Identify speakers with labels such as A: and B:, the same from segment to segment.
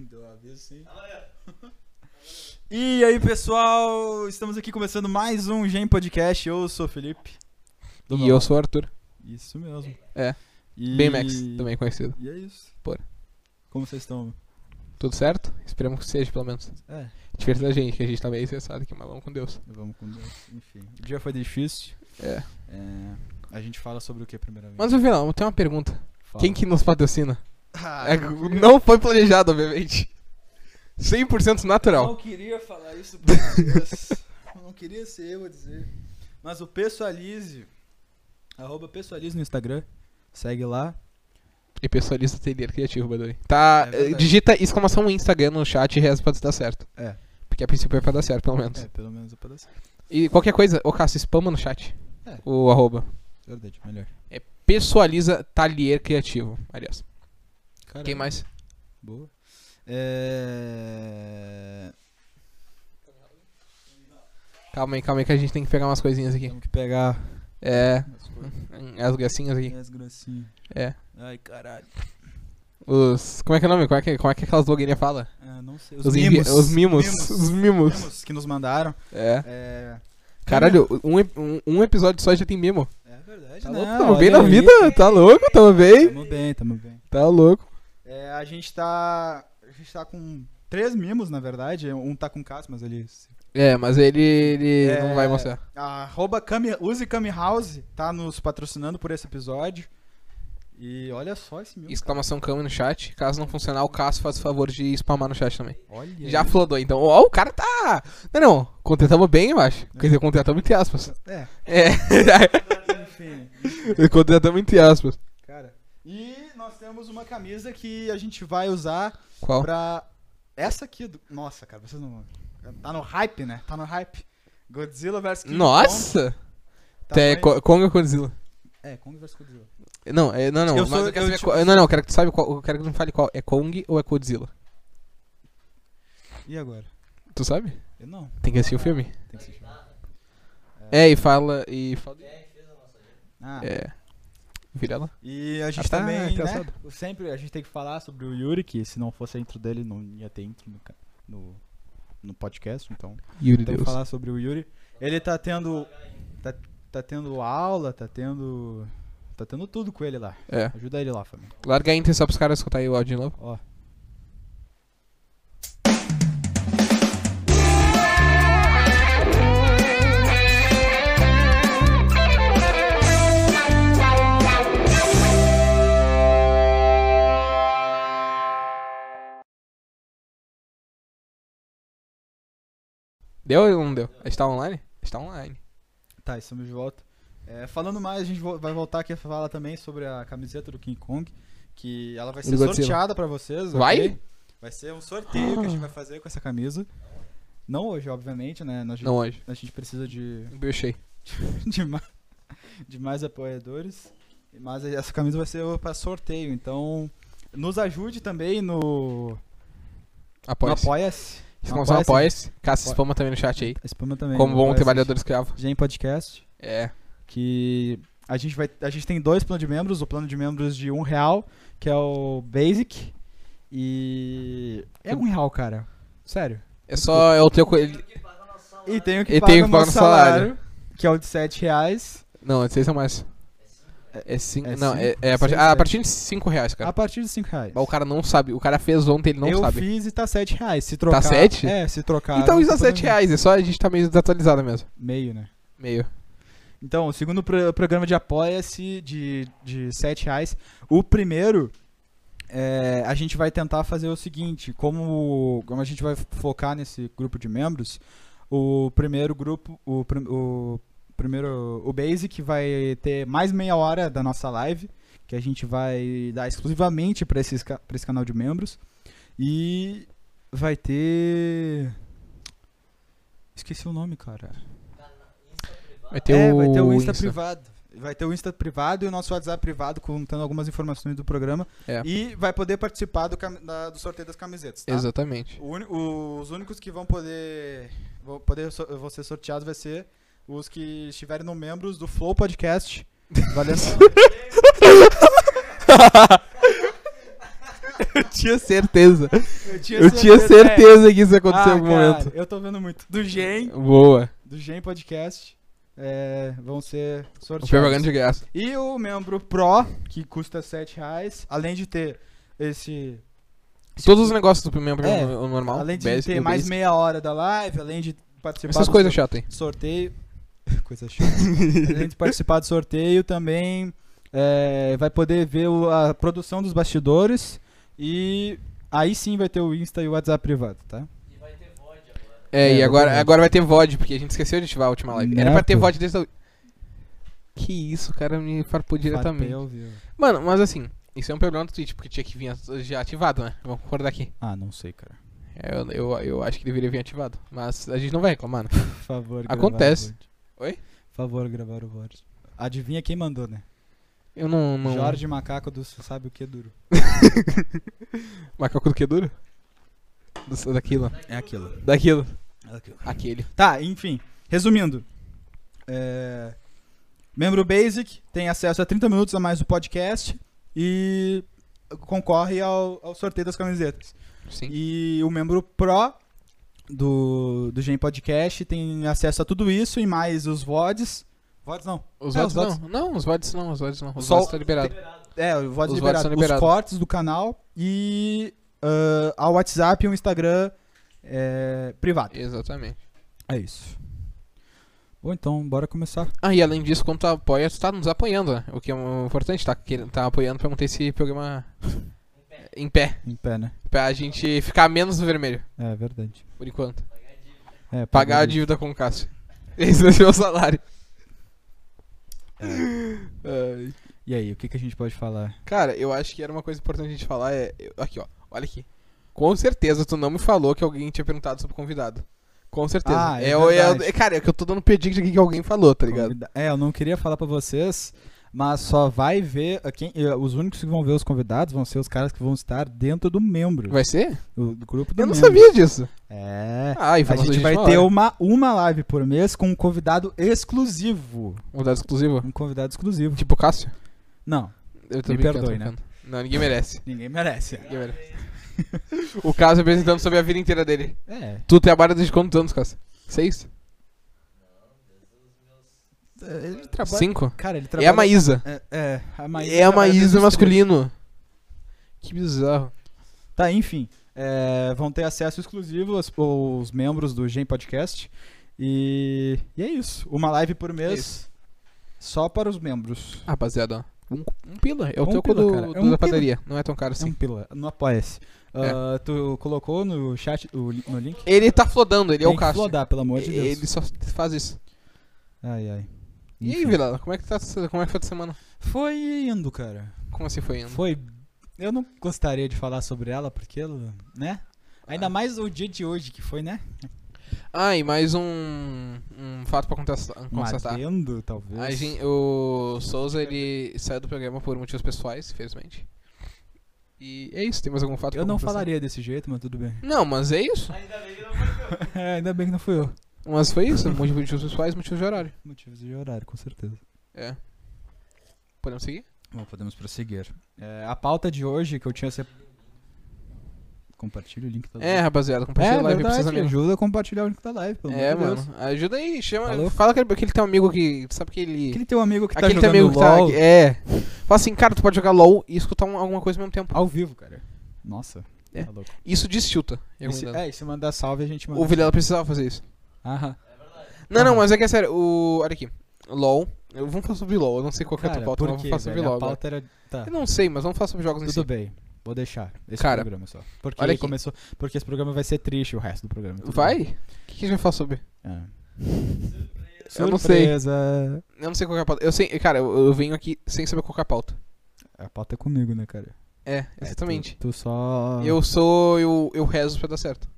A: deu um aviso sim.
B: E aí, pessoal, estamos aqui começando mais um Gen Podcast. Eu sou o Felipe. Do
C: E
B: meu
C: eu
B: lado.
C: sou o Arthur.
B: Isso mesmo.
C: É.
B: E...
C: Bem Max, também conhecido.
B: E é isso.
C: Bora.
B: Como vocês estão?
C: Tudo certo? Esperamos que seja, pelo menos.
B: É,
C: Diferente da gente, que a gente tá meio cessado aqui, mas vamos com Deus.
A: Vamos com Deus. Enfim.
B: o dia foi difícil.
C: É.
A: É, a gente fala sobre o que primeiramente?
C: Mas no final, tem uma pergunta.
A: Fala.
C: Quem que nos patrocina?
A: Ah,
C: É, não foi planejado, obviamente. 100% natural.
B: queria falar isso
A: meu Deus. Eu não queria ser eu a dizer.
B: Mas o Pessoalize, arroba Pessoalize no Instagram, segue lá.
C: E pessoalista ateliê criativo, Badoi.
A: É
C: Tá, eh,
A: verdade.
C: digita exclamação Instagram no chat e reza pra dar certo.
A: É.
C: Porque a princípio é pra dar certo, pelo menos.
A: É, pelo menos apareceu.
C: E qualquer coisa, ô Cássio, spama no chat.
A: É.
C: O arroba.
A: Verdade, melhor.
C: É pessoaliza ateliê criativo. Aliás. Quem mais?
A: Boa. É...
C: Calma aí, calma aí que a gente tem que pegar umas coisinhas aqui.
A: Temos que pegar
C: É.
A: as coisas.
C: As gracinhas aqui.
A: As gracinhas.
C: É.
A: Ai, caralho.
C: Os. Como é que é o nome? Como é que, como é que aquelas blogueirinhas falam?
A: Ah, não sei. Os,
C: Os, envi-
A: mimos.
C: os mimos. Os mimos.
A: Mimos que nos mandaram.
C: É.
A: É,
C: Caralho, um, ep- um, um episódio só já tem mimo.
A: é verdade,
C: Tá
A: né?
C: louco? Tamo
A: Olha
C: bem na
A: aí. É.
C: vida? Tá louco? Tamo bem?
A: Tamo bem, tamo bem.
C: Tá louco.
A: É, a gente tá. A gente tá com três mimos, na verdade. Um tá com Cássio, mas ele.
C: É, mas ele, ele
A: É.
C: não vai mostrar.
A: A arroba Kami, use Kami House tá nos patrocinando por esse episódio. E olha só esse mimo.
C: Exclamação cama no chat. Caso não funcionar, o Cássio faz o favor de spamar no chat também.
A: Olha.
C: Já flodou, então. Ó, o cara tá. Não, não. Contratamos bem, eu acho. Quer dizer, contratamos entre aspas.
A: É,
C: É.
A: enfim.
C: contratamos entre aspas.
A: Cara. E nós temos uma camisa que a gente vai usar
C: Qual?
A: pra. Essa aqui. Do... Nossa, cara, vocês não. Tá no hype, né? Tá no hype. Godzilla vs King
C: Nossa!
A: Kong.
C: Até
A: Tamanho-
C: Co- Kong ou Godzilla?
A: É, Kong vs Godzilla.
C: Não, é, não, não.
B: Eu
C: mas
B: sou-
C: eu quero
B: eu
C: saber
B: tipo-
C: qual- não, não, eu quero que tu saiba qual. Eu quero que tu me fale qual. É Kong ou é Godzilla?
A: E agora?
C: Tu sabe?
A: Eu não.
C: Tem que assistir o filme.
A: Tem que se chamar.
C: É, e fala. E fala.
A: Ah,
C: É. Vira lá.
A: e a gente
C: Ah, tá,
A: também,
C: é
A: né,
C: engraçado.
A: sempre a gente tem que falar sobre o Yuri, que se não fosse a intro dele, não ia ter intro no, ca- no, no podcast, então
C: Yuri
A: tem que
C: Deus.
A: falar sobre o Yuri. Ele tá tendo, tá, tá tendo aula, tá tendo, tá tendo tudo com ele lá.
C: É.
A: Ajuda ele lá, família.
C: Larga a Inter só pros caras escutarem o áudio de novo.
A: Ó.
C: Deu ou não deu? A gente tá online? A gente tá online.
A: Tá, estamos de volta. É, falando mais, a gente vo- vai voltar aqui a falar também sobre a camiseta do King Kong, que ela vai ser
C: Do Godzilla.
A: sorteada pra vocês. ok?
C: Vai?
A: Vai ser um sorteio que a gente vai fazer com essa camisa. Não hoje, obviamente, né? Nós-
C: Não hoje.
A: A gente precisa de,
C: Bichei.
A: de, ma- de mais apoiadores. Mas essa camisa vai ser para sorteio, então nos ajude também no no
C: Apoia-se.
A: Apoia-se.
C: Exclamação
A: Apoia-se.
C: apoia-se. Cássio spama também tá no chat aí.
A: Spama também.
C: Como
A: no
C: bom
A: Apoia-se.
C: trabalhador escravo.
A: Gen Podcast.
C: É.
A: que a gente vai a gente tem dois planos de membros o plano de membros de um real que é o basic e é um real cara sério
C: É só. É o teu. co- ele-
A: e tem o que
C: E
A: paga
C: tem o
A: o
C: que
A: nosso
C: paga o salário.
A: salário, que é o de sete reais
C: Não, vocês são mais. É 5.
A: É
C: Não, é,
A: cinco,
C: é a partir,
A: seis,
C: ah, a
A: sete.
C: partir de 5 reais, cara.
A: a partir de cinco reais
C: Mas o cara não sabe. O cara fez ontem, ele não
A: eu
C: sabe.
A: fiz e tá sete reais se trocar
C: sete?
A: é se trocar
C: Então isso
A: tá
C: é 7 reais, é só a gente tá meio desatualizado mesmo.
A: meio né
C: Meio.
A: então o segundo pro- programa de apoia-se de de sete reais o primeiro é, a gente vai tentar fazer o seguinte, como, como a gente vai focar nesse grupo de membros, o primeiro grupo, o, prim- o primeiro, o Basic vai ter mais meia hora da nossa live, que a gente vai dar exclusivamente para esse, esse canal de membros, e vai ter... Esqueci o nome, cara.
C: Vai ter,
A: é,
C: o...
A: vai ter o Insta, privado. Vai ter o Insta privado e o nosso WhatsApp privado contando algumas informações do programa.
C: É.
A: E vai poder participar do, cam- da- do sorteio das camisetas, tá?
C: Exatamente.
A: O uni- os únicos que vão poder, vão poder so- vão ser sorteados vai ser os que estiverem no membros do Flow Podcast. Valendo.
C: Eu tinha certeza.
A: Eu tinha
C: Eu tinha certeza que isso ia acontecer em
A: Ah,
C: algum
A: cara,
C: momento.
A: Eu tô vendo muito. Do Gen,
C: Boa.
A: do Gen Podcast, é, vão ser sorteados.
C: Propaganda de graça.
A: E o membro Pro, que custa R$ 7 reais, além de ter esse.
C: Todos os negócios do membro
A: É,
C: o normal.
A: além de
C: basic,
A: ter
C: o
A: mais
C: basic.
A: meia hora da live, além de participar
C: Essas
A: do
C: coisas chatas aí.
A: sorteio. Coisa chata. além de participar do sorteio, também é, vai poder ver o- a produção dos bastidores e aí sim vai ter o Insta e o WhatsApp privado, tá?
C: É,
A: É, Né,
C: e agora,
A: exatamente.
C: agora vai ter VOD, porque a gente esqueceu de ativar a última live. Era pra ter
A: Neto.
C: VOD desde a... Que isso, o cara me farpou diretamente.
A: Farpeu, viu?
C: Mano, mas assim, isso é um problema do Twitch, porque tinha que vir as- já ativado, né? Vamos concordar aqui.
A: Ah, não sei, cara.
C: É, Eu, eu, eu acho que deveria vir ativado. Mas a gente não vai reclamar, né?
A: Por favor,
C: Acontece.
A: gravar o
C: Oi?
A: board. Por favor, gravar o board. Adivinha quem mandou, né?
C: Eu não. não...
A: Jorge Macaco do Sabe o que duro.
C: Macaco do que é duro? Do- daquilo.
A: É aquilo.
C: Daquilo.
A: É aquilo.
C: Aquele.
A: Tá, enfim. Resumindo. É, Membro Basic tem acesso a 30 minutos a mais do podcast e concorre ao, ao sorteio das camisetas.
C: Sim.
A: E o membro Pro do, do Gen Podcast tem acesso a tudo isso e mais os VODs. VODs não.
C: Os
A: É,
C: votos
A: os votos-
C: não. Não, os votos não, os votos não. Os tá
A: Só
C: votos
A: o-
C: estão liberados.
A: É, o VODs
C: Os VODs
A: liberado.
C: são liberados.
A: Os cortes do canal e ah, ao WhatsApp e o Instagram é, privado.
C: Exatamente.
A: É isso. Bom, então, bora começar.
C: Ah, e além disso, quando tu apoia, tu tá nos apoiando, né? O que é um- importante, tá, que- tá apoiando pra manter esse programa em pé.
A: Em pé, né?
C: Pra gente ficar menos no vermelho,
A: É verdade.
C: por enquanto.
A: É,
C: Pagar a dívida com o Cássio. Esse vai ser o salário.
A: É.
C: Ai.
A: E aí, o que, que a gente pode falar?
C: Cara, eu acho que era uma coisa importante a gente falar. É... eu- Aqui, ó. Olha aqui. Com certeza tu não me falou que alguém tinha perguntado sobre o convidado. Com certeza.
A: Ah, é
C: o- o-
A: verdade.
C: cara, é que eu tô dando pedido aqui que alguém falou, tá ligado?
A: Convida- É, eu não queria falar pra vocês, mas só vai ver. eh, Quem, eh, os únicos que vão ver os convidados vão ser os caras que vão estar dentro do membro.
C: Vai ser?
A: Do, do grupo do
C: Eu não
A: membro.
C: sabia disso.
A: É.
C: Ah, e
A: A gente vai ter uma, uma live por mês com um convidado exclusivo.
C: Convidado exclusivo.
A: Um convidado exclusivo.
C: Tipo o Cássio?
A: Não,
C: Eu
A: Me
C: brincando,
A: perdoe,
C: tô
A: né?
C: brincando. Não, ninguém merece.
A: ninguém merece.
C: Ninguém merece. o Cássio é apresentando sobre a vida inteira dele.
A: É.
C: Tu trabalha desde quantos anos, Cássio? Seis?
A: É, Ele trabalha.
C: Cinco?
A: Cara, ele
C: É
A: trabalha.
C: a Maísa.
A: É, é, a Maísa.
C: É a
A: trabalha desde
C: Maísa
A: os
C: masculino. Que bizarro.
A: Tá, enfim. é, vão ter acesso exclusivo os, os membros do Gen Podcast. E, e é isso. Uma live por mês.
C: Isso.
A: Só para os membros.
C: Rapaziada, um, um pila. É o
A: Um
C: teu
A: pila,
C: do,
A: cara. É
C: do
A: um
C: da
A: pila.
C: padaria. Não é tão caro
A: É um
C: assim.
A: pila. Não apoia-se.
C: É.
A: Ah, tu colocou no chat o, li- no link?
C: Ele tá flodando, ele é
A: Tem
C: o
A: que
C: Cássio.
A: flodar, pelo amor de Deus.
C: Ele só faz isso.
A: Ai, ai.
C: E aí,
A: Enfim.
C: Vila, como é que tá essa- como é que foi a tua semana?
A: Foi indo, cara.
C: Como assim foi indo?
A: Foi. Eu não gostaria de falar sobre ela, porque, ela- né? Ainda mais o dia de hoje que foi, né?
C: Ah, e mais um, um fato pra contestar- constatar.
A: Madendo, talvez.
C: A gen- o Souza, ele saiu do programa por motivos pessoais, infelizmente. E é isso, tem mais algum fato
A: Eu
C: pra
A: não
C: contestar?
A: falaria desse jeito, mas tudo bem.
C: Não, mas é isso.
A: É, ainda bem que não fui eu.
C: Mas foi isso, motivos pessoais, motivos de horário.
A: Motivos de horário, com certeza.
C: É. Podemos seguir?
A: Bom, podemos prosseguir. É, a pauta de hoje que eu tinha. Sep... Compartilha o link da
C: É,
A: live.
C: rapaziada, compartilha
A: É,
C: a live aí pra
A: verdade,
C: vocês amigos.
A: ajuda a compartilhar o link da live, pelo
C: É,
A: amor de
C: mano.
A: Deus.
C: Ajuda aí, chama.
A: Alô?
C: Fala que ele, que ele tem um amigo que. Sabe que ele.
A: Aquele teu amigo que
C: aquele
A: tá
C: teu
A: jogando
C: amigo que tá.
A: LOL
C: É. Fala assim, cara, tu pode jogar LOL e escutar um- alguma coisa ao mesmo tempo.
A: ao vivo, cara. Nossa,
C: É.
A: tá louco.
C: Isso destilta.
A: E se- é, e se mandar salve, a gente manda.
C: O Vilela precisava fazer isso.
A: Aham.
C: Não, não,
A: Aham.
C: mas é que é sério. O... Olha aqui. LOL. Eu- Vamos falar sobre LOL. Eu não sei qual que é a
A: Cara,
C: tua pauta,
A: por
C: mas vamos
A: quê,
C: falar sobre
A: velho?
C: LOL.
A: A
C: agora.
A: pauta era... Tá,
C: Eu não sei, mas vamos falar sobre jogos em si.
A: tudo bem. Vou deixar esse
C: Cara,
A: programa só. Porque
C: olha
A: ele
C: aqui.
A: começou... Porque esse programa vai ser triste o resto do programa. tudo
C: Vai?
A: bem.
C: O que, que a gente vai falar sobre?
A: É.
C: Eu não sei.
A: Surpresa.
C: Eu não sei qual que é a pauta. Eu sei, cara, eu, eu venho aqui sem saber qual que é a pauta.
A: A pauta é comigo, né, cara?
C: É,
A: É,
C: exatamente.
A: tu, tu só...
C: Eu sou. Eu, eu rezo pra dar certo.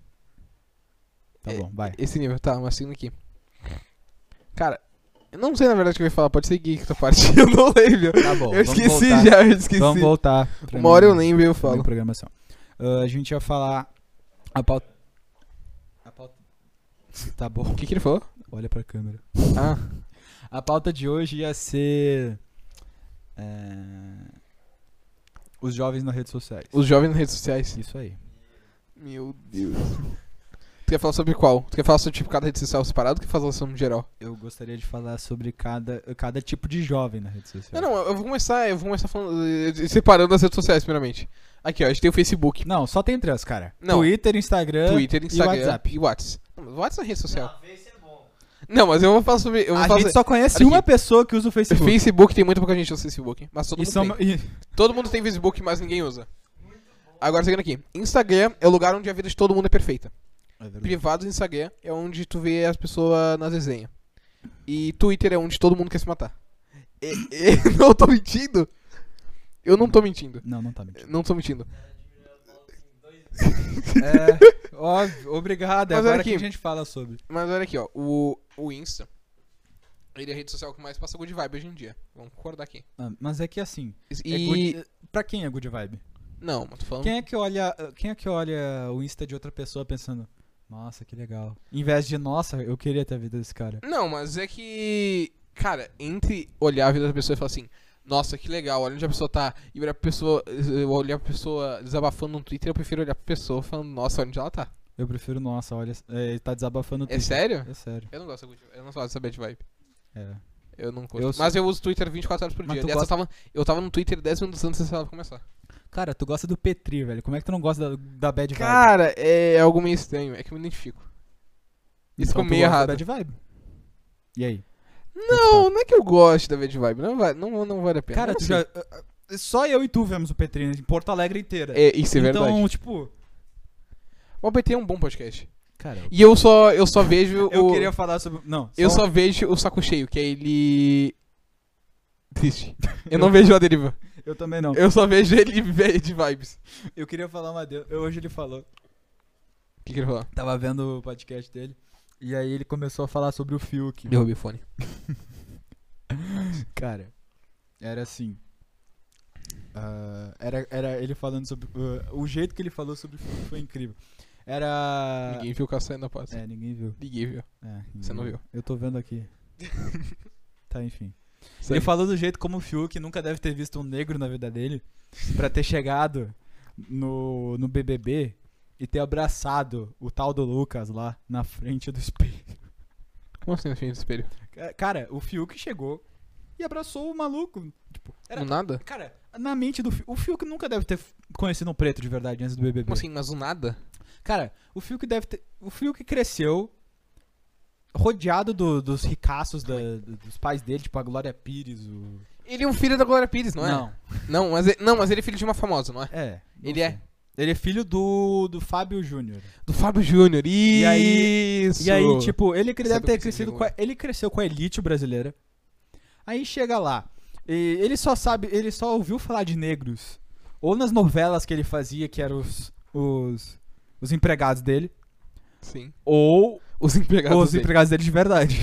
A: Tá bom, vai.
C: Esse nível, tá, mas seguindo aqui. Cara, eu não sei na verdade o que eu ia falar, pode seguir que tu parte. Eu não lembro.
A: Tá bom,
C: eu
A: vamos
C: esqueci
A: voltar.
C: já, eu esqueci.
A: Vamos voltar. pra
C: Uma hora
A: minha-
C: eu lembro e eu
A: minha
C: falo.
A: programação. Ah, a gente ia falar... A pauta... A pauta... Tá bom.
C: O que, que ele falou?
A: Olha pra câmera.
C: Ah,
A: A pauta de hoje ia ser. é, Os jovens nas redes sociais.
C: Os jovens nas redes sociais.
A: Isso aí.
C: Meu Deus. Tu quer falar sobre qual? Tu quer falar sobre tipo, cada rede social separado ou quer falar sobre no geral?
A: Eu gostaria de falar sobre cada, cada tipo de jovem na rede social.
C: Não, não, eu vou começar, eu vou começar falando, eh, separando as redes sociais, primeiramente. Aqui, ó, a gente tem o Facebook,
A: Não, só tem três, cara.
C: Não.
A: Twitter, Instagram,
C: Twitter, Instagram
A: e WhatsApp.
C: e Whats. Não, mas Whats é rede social.
D: Não, vê se é bom.
C: Não, mas eu vou falar sobre. Eu vou
A: A
C: falar
A: gente só conhece
C: Olha
A: uma
C: aqui.
A: pessoa que usa o
C: sobre-
A: Facebook. é
C: Facebook tem muito pouca gente no Facebook, mas
A: E
C: todo mundo
A: são-
C: tem.
A: e-
C: Todo mundo tem Facebook, mas ninguém usa. Agora seguindo aqui. Instagram é o lugar onde a vida de todo mundo é perfeita. Privado do Instagram é onde tu vê as pessoas nas resenhas. E Twitter é onde todo mundo quer se matar. E- e- não tô mentindo? Eu não tô mentindo.
A: Não, não tá mentindo.
C: Não tô mentindo.
A: É, óbvio, obrigado. É
C: Mas olha
A: agora
C: aqui.
A: que a gente fala sobre.
C: Mas olha aqui, ó. O, o Insta, ele é a rede social que mais passa good vibe hoje em dia. Vamos concordar aqui.
A: Ah, mas é que assim.
C: E...
A: É good, pra quem é good vibe?
C: Não, mas tô falando...
A: Quem é, que olha, quem é que olha o Insta de outra pessoa pensando, nossa, que legal. Em vez de, nossa, eu queria ter a vida desse cara.
C: Não, mas é que... Cara, entre olhar a vida da pessoa e falar assim... Nossa, que legal, olha onde a pessoa tá. E olhar pra pessoa, eu olhar pra pessoa desabafando no Twitter, eu prefiro olhar pra pessoa falando, nossa, olha onde ela tá.
A: Eu prefiro, nossa, olha, é, ele tá desabafando o
C: É
A: Twitter.
C: sério?
A: É sério.
C: Eu não gosto, de- eu não gosto de saber de vibe.
A: É.
C: Eu não
A: Eu
C: gosto.
A: sou-
C: mas eu uso Twitter 24 horas por
A: Mas
C: dia.
A: tu
C: Aliás,
A: gosta-
C: eu, tava, eu tava no Twitter 10 minutos antes dessa live começar.
A: Cara, tu gosta do Petri, velho. Como é que tu não gosta da, da bad vibe?
C: Cara, é algo meio estranho. É que eu me identifico.
A: Então
C: Isso ficou
A: tu
C: meio
A: gosta
C: errado.
A: da bad vibe. E aí?
C: Não, não é que eu gosto da Bad Vibe. Não, vai, não, não vale a pena.
A: Cara,
C: Não
A: tu
C: sei.
A: já, eh, só eu e tu vemos o Petri né, em Porto Alegre inteira.
C: É, isso é
A: então,
C: verdade.
A: tipo,
C: O ABT é um bom podcast.
A: cara, eu,
C: E eu só, eu só vejo
A: eu
C: o...
A: queria falar sobre... Não, um,
C: Eu só vejo o Saco Cheio, que é ele... Triste. Eu não vejo a deriva.
A: eu também não.
C: Eu só vejo ele ve- de vibes.
A: Eu queria falar uma deu. eu- Hoje ele falou.
C: O que que ele falou?
A: Tava vendo o podcast dele. E aí ele começou a falar sobre o Fiuk.
C: Derrubei o fone.
A: Cara, era assim. ah, era, era ele falando sobre. ah, o jeito que ele falou sobre o Fiuk foi incrível. Era.
C: Ninguém viu o cara saindo da paz.
A: Ah. É, ninguém viu.
C: Ninguém viu.
A: É,
C: Você não viu.
A: Eu tô vendo aqui. tá, enfim.
C: Segue.
A: Ele falou do jeito como o Fiuk nunca deve ter visto um negro na vida dele pra ter chegado no, no BBB e ter abraçado o tal do Lucas lá na frente do espelho.
C: Como assim no fim do espelho?
A: Ca- Cara, o Fiuk chegou e abraçou o maluco. Tipo, era.
C: Do nada?
A: Cara, na mente do Fiuk. O Fiuk nunca deve ter f- conhecido um preto de verdade antes do BBB.
C: Como assim, mas do nada?
A: Cara, o Fiuk deve ter. O Fiuk cresceu rodeado do- dos ricaços da- do- dos pais dele, tipo a Glória Pires. O...
C: Ele é um filho da Glória Pires, não é? Não, mas ele, não, mas ele é filho de uma famosa, não é?
A: É. não
C: Ele
A: sei.
C: é.
A: Ele é filho do, do Fábio Júnior.
C: Do Fábio Júnior.
A: E
C: Isso.
A: E aí, tipo, ele que
C: Sabe
A: deve
C: o que
A: ter
C: você
A: crescido
C: viu?
A: com a, ele cresceu com a elite brasileira. Aí chega lá. e ele só sabe, ele só ouviu falar de negros ou nas novelas que ele fazia, que eram os os, os empregados dele,
C: Sim.
A: ou
C: Os empregados.
A: os
C: dele.
A: empregados dele de verdade.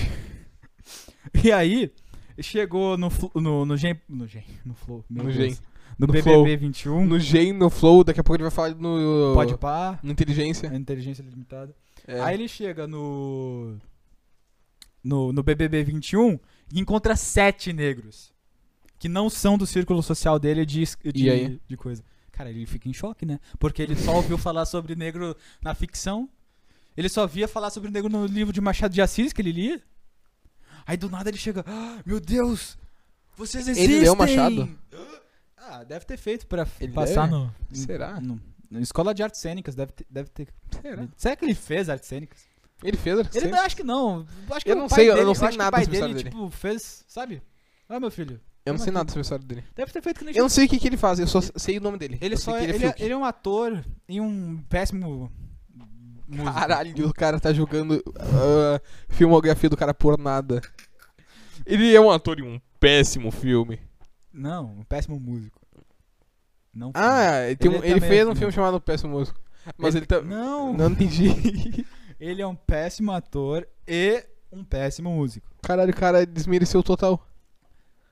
A: E aí chegou no flu- no no Gen, no Gen, no Flow, meu
C: No
A: Deus.
C: Gen.
A: no,
C: No
A: BBB
C: Flow.
A: 21,
C: No Gen, no Flow, daqui a pouco ele vai falar no.
A: Hum. pode pá,
C: No Inteligência.
A: inteligência limitada.
C: É.
A: Aí ele chega no, no. No BBB 21 e encontra sete negros. Que não são do círculo social dele de, es- de,
C: E aí?
A: de coisa. Cara, ele fica em choque, né? Porque ele só ouviu falar sobre negro na ficção. Ele só via falar sobre negro no livro de Machado de Assis que ele lia. Aí do nada ele chega. "Ah, meu Deus! Vocês
C: Ele
A: existem!
C: leu Machado?
A: Ah, deve ter feito pra
C: Ele
A: passar
C: leu?
A: no.
C: Será?
A: Ah, no- na escola de artes cênicas, deve ter. Deve ter
C: Será?
A: Será que ele fez artes cênicas?
C: Ele fez, ele
A: Ele
C: fez.
A: não, acho que não. Acho que
C: Eu
A: o
C: não
A: pai
C: sei, eu
A: dele-
C: não sei
A: acho que
C: nada
A: o pai
C: da
A: dele,
C: história dele.
A: tipo, fez, sabe? Ah, meu filho.
C: Eu não sei nada sobre a história dele.
A: Deve ter feito que nem
C: Eu não sei o que, que ele faz, eu só sei o nome dele.
A: Ele
C: Eu sei
A: só
C: que
A: é,
C: ele é
A: ele, é,
C: Fiuk.
A: ele é um ator e um péssimo músico.
C: Caralho, o cara tá jogando ah, filmografia do cara por nada. Ele é um ator em um péssimo filme.
A: Não, um péssimo músico. Não. filme.
C: Ah, tem um-
A: Ele
C: ele,
A: também é
C: fez um
A: filme.
C: filme chamado Péssimo Músico. Mas ele, tá.
A: Não.
C: Não entendi.
A: Ele é um péssimo ator e um péssimo músico.
C: Caralho, o cara desmereceu total.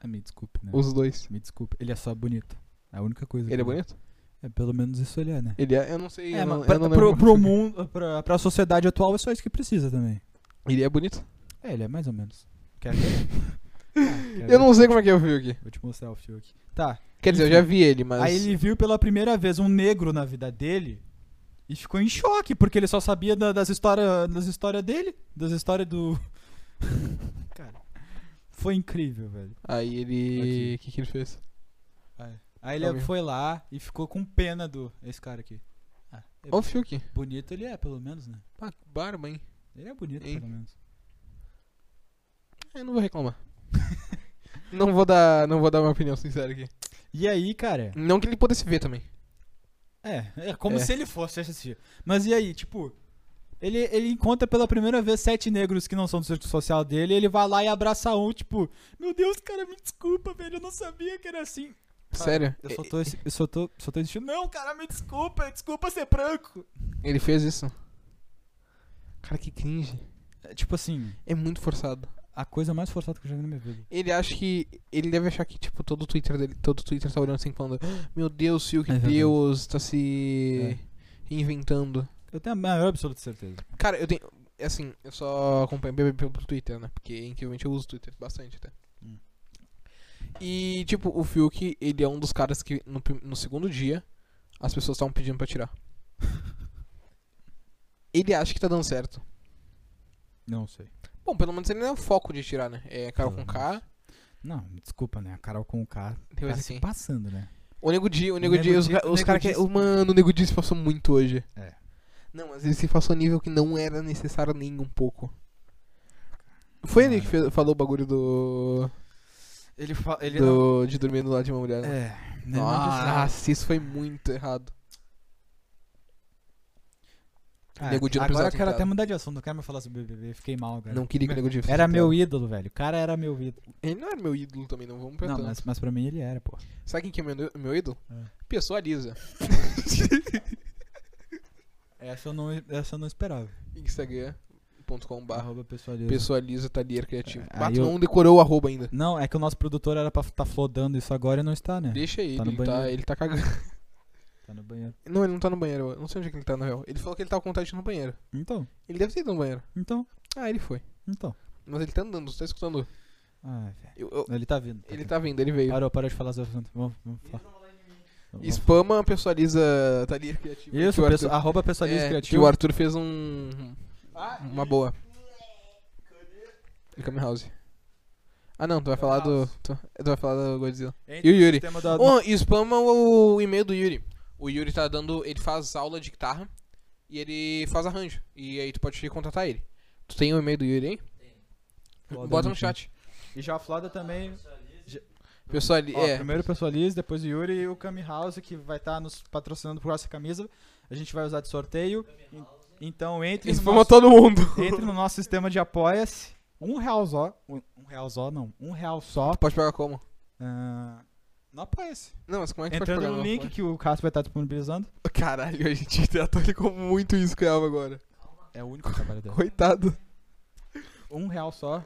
A: Ah, me desculpe, né?
C: Os dois.
A: Me desculpe. Ele é só bonito. É a única coisa.
C: Ele
A: que-
C: é bonito?
A: É pelo menos isso ele é, né?
C: Ele é. Eu não sei.
A: É,
C: eu não,
A: mas
C: eu não
A: pra,
C: lembro
A: pro,
C: o
A: pro
C: filme.
A: mundo, pra, pra sociedade atual é só isso que precisa também.
C: Ele é bonito?
A: É, ele é mais ou menos. Quer Quer
C: Eu
A: ver?
C: não sei como é que é o Fiuk.
A: Vou te mostrar o fio aqui. Tá.
C: Quer dizer, eu já vi ele, mas.
A: Aí ele viu pela primeira vez um negro na vida dele e ficou em choque, porque ele só sabia da- das histórias das história dele, das histórias do. Cara. Foi incrível, velho.
C: Aí ele. O que, que ele fez?
A: Aí
C: Tá
A: ele
C: bem.
A: foi lá e ficou com pena do. Esse cara aqui. Ah, é
C: Ó o Fiuk.
A: bonito ele é, pelo menos, né?
C: Ah, que barba, hein?
A: Ele é bonito,
C: Hein?
A: pelo menos.
C: Ah, Eu não vou reclamar. não vou dar. Não vou dar uma opinião sincera aqui.
A: E aí, cara.
C: Não que ele pudesse ver também.
A: É, é como
C: É.
A: se ele fosse assistir. Mas e aí, tipo, ele, ele encontra pela primeira vez sete negros que não são do círculo social dele, ele vai lá e abraça um, tipo, meu Deus, cara, me desculpa, velho, eu não sabia que era assim. Cara,
C: Sério.
A: Eu só tô, eu só tô, só tô insistindo, não, cara, me desculpa, desculpa ser branco.
C: Ele fez isso. Cara, que cringe.
A: É, tipo assim,
C: É muito forçado.
A: a coisa mais forçada que eu já vi na minha vida.
C: Ele acha que. Ele deve achar que, tipo, todo o Twitter dele. Todo o Twitter tá olhando assim falando. "Ah, Meu Deus, Fiuk,
A: É verdade.
C: Deus tá se.
A: É.
C: inventando.
A: Eu tenho a maior absoluta certeza.
C: Cara, eu tenho. Assim, eu só acompanho BBB pelo Twitter, né? Porque incrivelmente eu uso o Twitter bastante até.
A: Hum.
C: E, tipo, o Fiuk, ele é um dos caras que no, prim- no segundo dia as pessoas estavam pedindo pra tirar. ele acha que tá dando certo.
A: Não sei.
C: Bom, pelo menos ele não é o foco de tirar, né? É Carol com
A: Pelo
C: K.
A: Não, desculpa, né, a Carol com o K
C: Deu
A: tá
C: esse
A: se
C: aqui.
A: passando, né.
C: O Nego Di, o Nego
A: Nego
C: Di, os,
A: Di-
C: ca-
A: o
C: os
A: Nego
C: caras
A: Di
C: que.
A: se-
C: Mano, o Nego Di se passou muito hoje.
A: É.
C: Não, mas ele se passou nível que não era necessário nem um pouco. Foi ele que fe- falou o bagulho do.
A: Ele, fa ele
C: do- De dormir do lado de uma mulher. né?
A: É, né, mas-
C: Nossa, isso foi muito errado.
A: Ah,
C: Nego Di não
A: agora
C: precisava
A: eu
C: ter
A: quero até
C: entrado.
A: mudar de assunto, não quero mais falar sobre BBB, fiquei mal agora.
C: Não um- queria que o Nego Di fosse
A: Era
C: tentado.
A: meu ídolo, velho. O cara era meu ídolo.
C: Ele não era meu ídolo também, não vamos pra
A: Não,
C: tanto.
A: mas, mas pra mim ele era, pô.
C: Sabe quem que é meu, meu ídolo?
A: É.
C: Pessoa lisa.
A: Essa eu não, essa eu não esperava.
C: Instagram.com.br
A: Arroba pessoa lisa.
C: Pessoa lisa, talher criativo.
A: Aí
C: Bato
A: eu-
C: não decorou o arroba ainda.
A: Não, é que o nosso produtor era pra estar tá flodando isso agora e não está, né?
C: Deixa ele,
A: Tá no
C: ele, tá,
A: banheiro.
C: ele tá cagando.
A: Tá no banheiro.
C: Não, ele não tá no banheiro. eu Não sei onde é que ele tá, na real. Ele falou que ele tava com vontade de ir no banheiro.
A: Então,
C: Ele deve ter ido no banheiro.
A: então,
C: Ah, ele foi.
A: então.
C: Mas ele tá andando, você tá escutando?
A: Ai, velho.
C: Eu- eu-
A: Ele tá vindo.
C: ele tá vindo, ele veio.
A: Parou, parou de falar sobre o assunto. Vamos, vamos falar. Vamos.
C: Spama, pessoaliza, talher criativo. tá que
A: Isso,
C: o Arthur-
A: pessoa, arroba pessoa lisa
C: é, que
A: criativo.
C: o Arthur fez um. Uma boa. Do Kame House. Ah não, tu vai falar do. Tu, tu vai falar do Godzilla.
A: Entra
C: E o Yuri.
A: no sistema da-
C: Oh, e spama o e-mail do Yuri. O Yuri tá dando. Ele faz aula de guitarra e ele faz arranjo. E aí tu pode contratar ele. Tu tem o e-mail do Yuri, hein?
A: Foda, né,
C: Bota
A: não
C: no
A: tem.
C: chat.
A: E já a Floda também.
C: Pessoal ali.
A: Ó,
C: é.
A: Primeiro o Pessoalize, depois o Yuri e o Kami House, que vai estar nos patrocinando por nossa camisa. A gente vai usar de sorteio. En- Então entre no,
C: Spama
A: nosso,
C: todo mundo.
A: entre no nosso sistema de apoia-se. Um real só. Um, um real só, não. Um real só.
C: Pode pegar como?
A: Ah, no apoia-se.
C: Não, mas como é que pode
A: Entrando
C: pegar
A: no link que o Cássio vai estar disponibilizando.
C: Caralho, a gente teatro muito isso com ela agora.
A: É o único trabalho dele.
C: Coitado.
A: Um real só.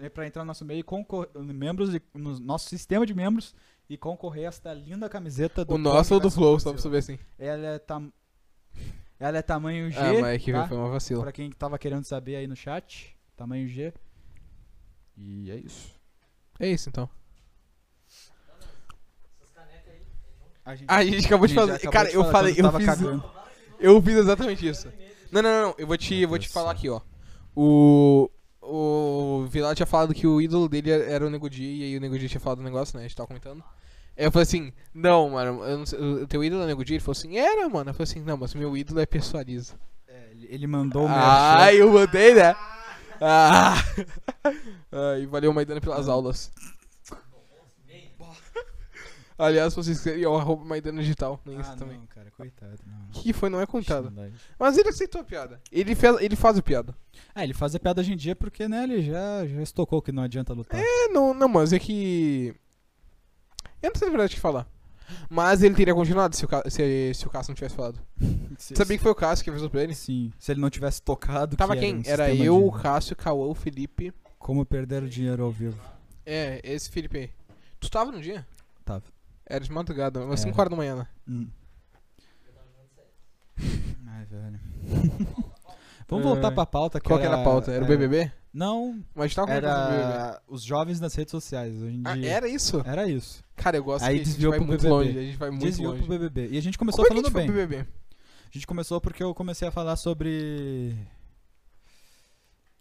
A: É pra entrar no nosso meio e concor- membros e- no nosso sistema de membros e concorrer a esta linda camiseta do
C: O nosso ou
A: Kong
C: do
A: versus
C: Flow, só pra
A: Godzilla.
C: saber assim.
A: Ela é, tam... Ela é tamanho G.
C: ah, mas que
A: tá?
C: foi uma vacila.
A: Pra quem tava querendo saber aí no chat. Tamanho G. E é isso.
C: É isso então.
A: A gente,
C: Ah, a gente acabou de
A: a gente
C: fazer.
A: acabou
C: Cara,
A: de
C: eu
A: falar
C: falei,
A: quando
C: eu
A: tava
C: fiz,
A: cagando.
C: eu fiz exatamente isso. Não, não, não, não. Eu vou te,
A: Meu
C: vou te
A: Deus
C: falar
A: do
C: aqui, ó. O. O Vilar tinha falado que o ídolo dele era o Nego Di, e aí o Nego Di tinha falado do negócio, né? A gente tava comentando. Aí eu falei assim, não, mano, eu não sei, o teu ídolo é o Nego Di? Ele falou assim, era, mano. Eu falei assim, não, mas meu ídolo é pessoaliza.
A: É, ele ele mandou o
C: Ah,
A: merchan.
C: eu mandei, né? Ah! Ai, valeu, Maidana, pelas aulas. Aliás, se vocês quiserem, é o arroba Maidana Digital no Insta
A: Ah,
C: também.
A: não, cara, coitado. Não.
C: Que foi, não é contado.
A: Dificuldade.
C: Mas ele aceitou a piada. Ele, fez, ele faz a piada.
A: Ah, ele faz a piada hoje em dia porque, né, ele já, já estocou que não adianta lutar.
C: É, não, não, mas é que. Eu não sei na verdade o que falar. Mas ele teria continuado se o, Ca- se, se o Cássio não tivesse falado.
A: Se-
C: Sabia que foi o Cássio que avisou pra ele?
A: se- Sim, se ele não tivesse tocado.
C: Tava
A: que
C: quem?
A: um
C: Era
A: sistema
C: eu, o
A: de-
C: Cássio, o Cauã, o Felipe.
A: Como perder o dinheiro ao vivo.
C: É, esse Felipe aí. Tu tava no dia?
A: Tava.
C: Era de madrugada, umas
A: Era.
C: 5 horas da manhã, né?
A: Hum. Ai, velho. Vamos voltar
C: É.
A: pra pauta. Que
C: Qual que era a pauta? Era o BBB?
A: Não,
C: Mas tá
A: era os jovens nas redes sociais hoje em
C: Ah,
A: dia.
C: era isso?
A: Era isso.
C: Cara, eu gosto
A: Aí
C: que a gente
A: desviou
C: vai
A: pro
C: muito
A: BBB.
C: longe. A gente vai muito
A: Desviou
C: longe.
A: pro BBB. E a gente começou
C: Como é que a
A: tá falando
C: gente foi
A: bem.
C: pro BBB?
A: A gente começou porque eu comecei a falar sobre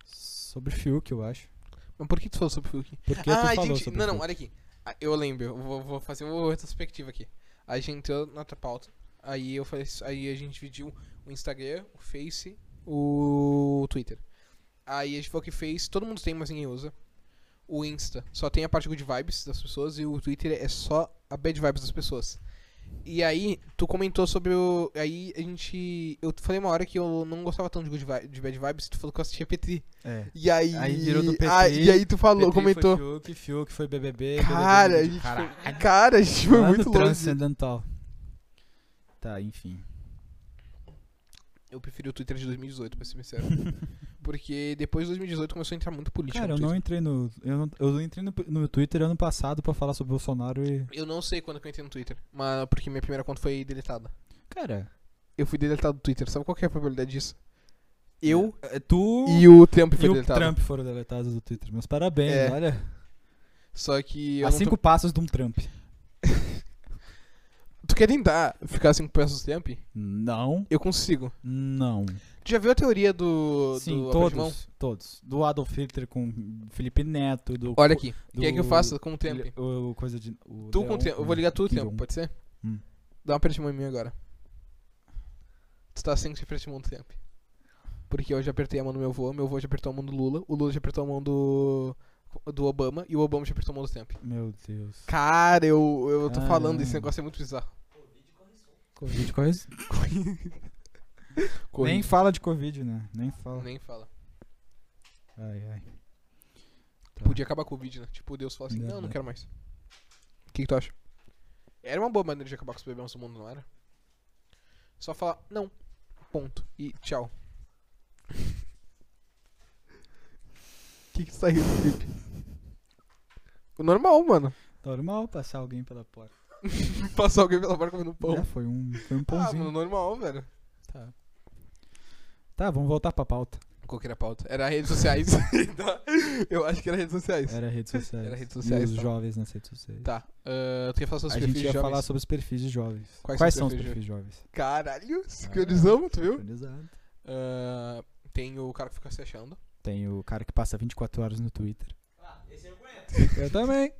A: sobre Fiuk, eu acho.
C: Mas por que tu falou sobre o Fiuk?
A: Porque
C: ah,
A: tu
C: a
A: falou
C: gente.
A: sobre
C: Não,
A: o
C: não,
A: Fiuk.
C: olha aqui. Ah, Eu lembro, eu vou, vou fazer uma retrospectiva aqui. A gente entrou na outra pauta. Aí eu faz- aí a gente dividiu o Instagram, o Face, o Twitter. Aí a gente falou que Face, todo mundo tem, mas ninguém usa. O Insta só tem a parte good vibes das pessoas e o Twitter é só a bad vibes das pessoas. E aí, tu comentou sobre o. Aí a gente. Eu falei uma hora que eu não gostava tanto de, good vi- de bad vibes, tu falou que eu assistia Petri.
A: É.
C: E aí.
A: Aí virou do Petri,
C: Ah, e aí tu falou,
A: Petri
C: comentou.
A: Foi Fiuk, Fiuk foi BBB,
C: Cara, a
A: BBB,
C: gente
A: caralho.
C: foi, cara, a gente foi
A: Lá
C: muito
A: no
C: longe.
A: transcendental. Tá, enfim.
C: Eu preferi o Twitter de 2018, pra ser sincero. Porque depois de 2018 começou a entrar muito política.
A: Cara,
C: no
A: eu não
C: Twitter.
A: entrei no eu, não- eu entrei no, no Twitter ano passado pra falar sobre Bolsonaro e
C: eu não sei quando que eu entrei no Twitter, mas porque minha primeira conta foi deletada.
A: cara,
C: Eu fui deletado do Twitter, sabe qual que é a probabilidade disso? Eu
A: é, tu
C: e o Trump
A: e
C: foi
A: o
C: deletado.
A: Trump foram deletados do Twitter. Meus parabéns,
C: É.
A: olha.
C: Só que eu
A: A
C: não
A: cinco
C: tô...
A: passos de um Trump.
C: Tu quer tentar ficar cinco peças do Trump?
A: Não,
C: Eu consigo.
A: não.
C: Tu já viu a teoria do
A: Sim,
C: do
A: todos,
C: Apertimão?
A: todos. Do Adolf Hitler com Felipe Neto, do...
C: Olha aqui. O
A: do-
C: que é que eu faço com o Trump?
A: Ele- O, o coisa de... o
C: Tu
A: Leon
C: com o tempo. Eu vou ligar tu o
A: Kiron.
C: tempo, pode ser?
A: Hum.
C: Dá uma apertimão em mim agora. Tu tá sem que te apertimão do tempo. Porque eu já apertei a mão do meu avô, meu avô já apertou a mão do Lula, o Lula já apertou a mão do. do Obama e o Obama já apertou a mão do Trump.
A: Meu Deus.
C: Cara, eu, eu tô falando,
A: Caramba.
C: esse negócio é muito bizarro.
A: Covid, coisa... Nem
C: Corri.
A: fala de Covid, né? Nem fala.
C: Nem fala.
A: Ai, ai. Tá.
C: Podia acabar com o vídeo, né? Tipo, Deus fala assim,
A: Não,
C: não, não
A: né?
C: quero mais. O que, que tu acha? Era uma boa maneira de acabar com os problemas do mundo, não era? Só falar, não. Ponto. E tchau. O que que saiu, Felipe? O normal, mano.
A: Normal passar alguém pela porta.
C: Passar alguém pela barca comendo pão.
A: É, foi um, foi um
C: ah,
A: pãozinho.
C: mano, normal, velho.
A: tá. Tá, vamos voltar pra pauta.
C: Qual que era a pauta? Era redes sociais. Tá. Eu acho que era redes sociais.
A: Era redes sociais.
C: Era redes sociais,
A: E os
C: tá.
A: jovens nas redes sociais.
C: Tá. ah, tu quer falar sobre
A: A
C: os
A: gente
C: perfis
A: ia
C: jovens?
A: falar sobre os perfis de jovens.
C: Quais
A: são os perfis jovens?
C: Caralho, sincronizamos, tu viu?
A: Organizado.
C: Ah, tem o cara que fica se achando.
A: Tem o cara que passa 24 horas no Twitter. Ah, esse eu conheço. Eu também.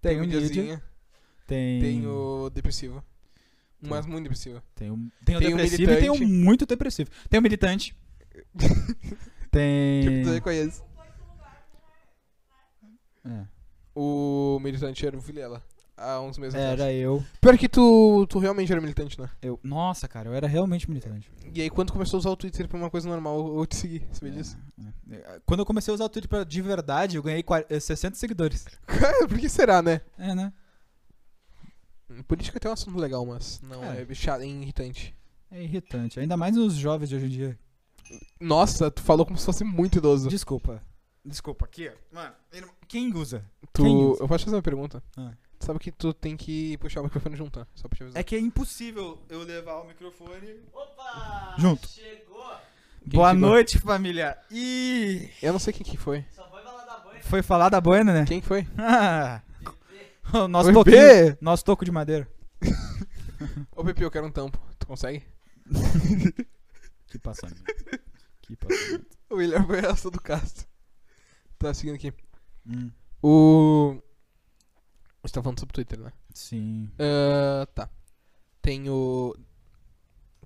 A: Tem um o Nidia.
C: Diozinha,
A: Tem,
C: um
A: um
C: Tem o depressivo.
A: Tem.
C: Mas muito depressivo.
A: tem um, tem um
C: tem o
A: depressivo e tem um
C: militante.
A: muito depressivo. Tem o militante. tem.
C: Tipo, tu reconhece.
A: É,
C: O militante era o Vilela. Há uns meses atrás.
A: Era eu.
C: Pior que tu, tu realmente era militante, né?
A: eu. Nossa, cara, eu era realmente militante.
C: E aí quando começou a usar o Twitter pra uma coisa normal, eu te segui, sabia disso?
A: É, é. Quando eu comecei a usar o Twitter pra- de verdade, eu ganhei 40 eh, 60 seguidores.
C: Cara, por que será, né?
A: É, né?
C: Política tem um assunto legal, mas não é,
A: É.
C: chato, é irritante.
A: É irritante. Ainda mais os jovens de hoje em dia.
C: Nossa, tu falou como se fosse muito idoso.
A: Desculpa. Desculpa, aqui, ó. Mano, ele não- quem usa?
C: Tu,
A: quem usa?
C: eu posso te fazer uma pergunta?
A: Ah.
C: Tu Sabe que tu tem que puxar o microfone e juntar, só pra te avisar.
B: É que é impossível eu levar o microfone. Opa!
A: Junto.
B: Chegou!
C: Quem
A: Boa
C: chegou?
A: noite, família. E
C: Eu não sei quem que foi.
B: Só foi falar da banha.
A: foi falar da boina, né?
C: Quem que foi?
A: Ah. o nosso
C: Oi,
A: toco,
C: Bê.
A: nosso toco de madeira.
C: Ô, Pepe, eu quero um tampo. Tu consegue?
A: Que né? passamento. que né? passamento.
C: O William foi essa do Castro. Tá seguindo aqui.
A: Hum,
C: O. Você tá falando sobre o Twitter, né?
A: sim,
C: Ah, tá. Tem o.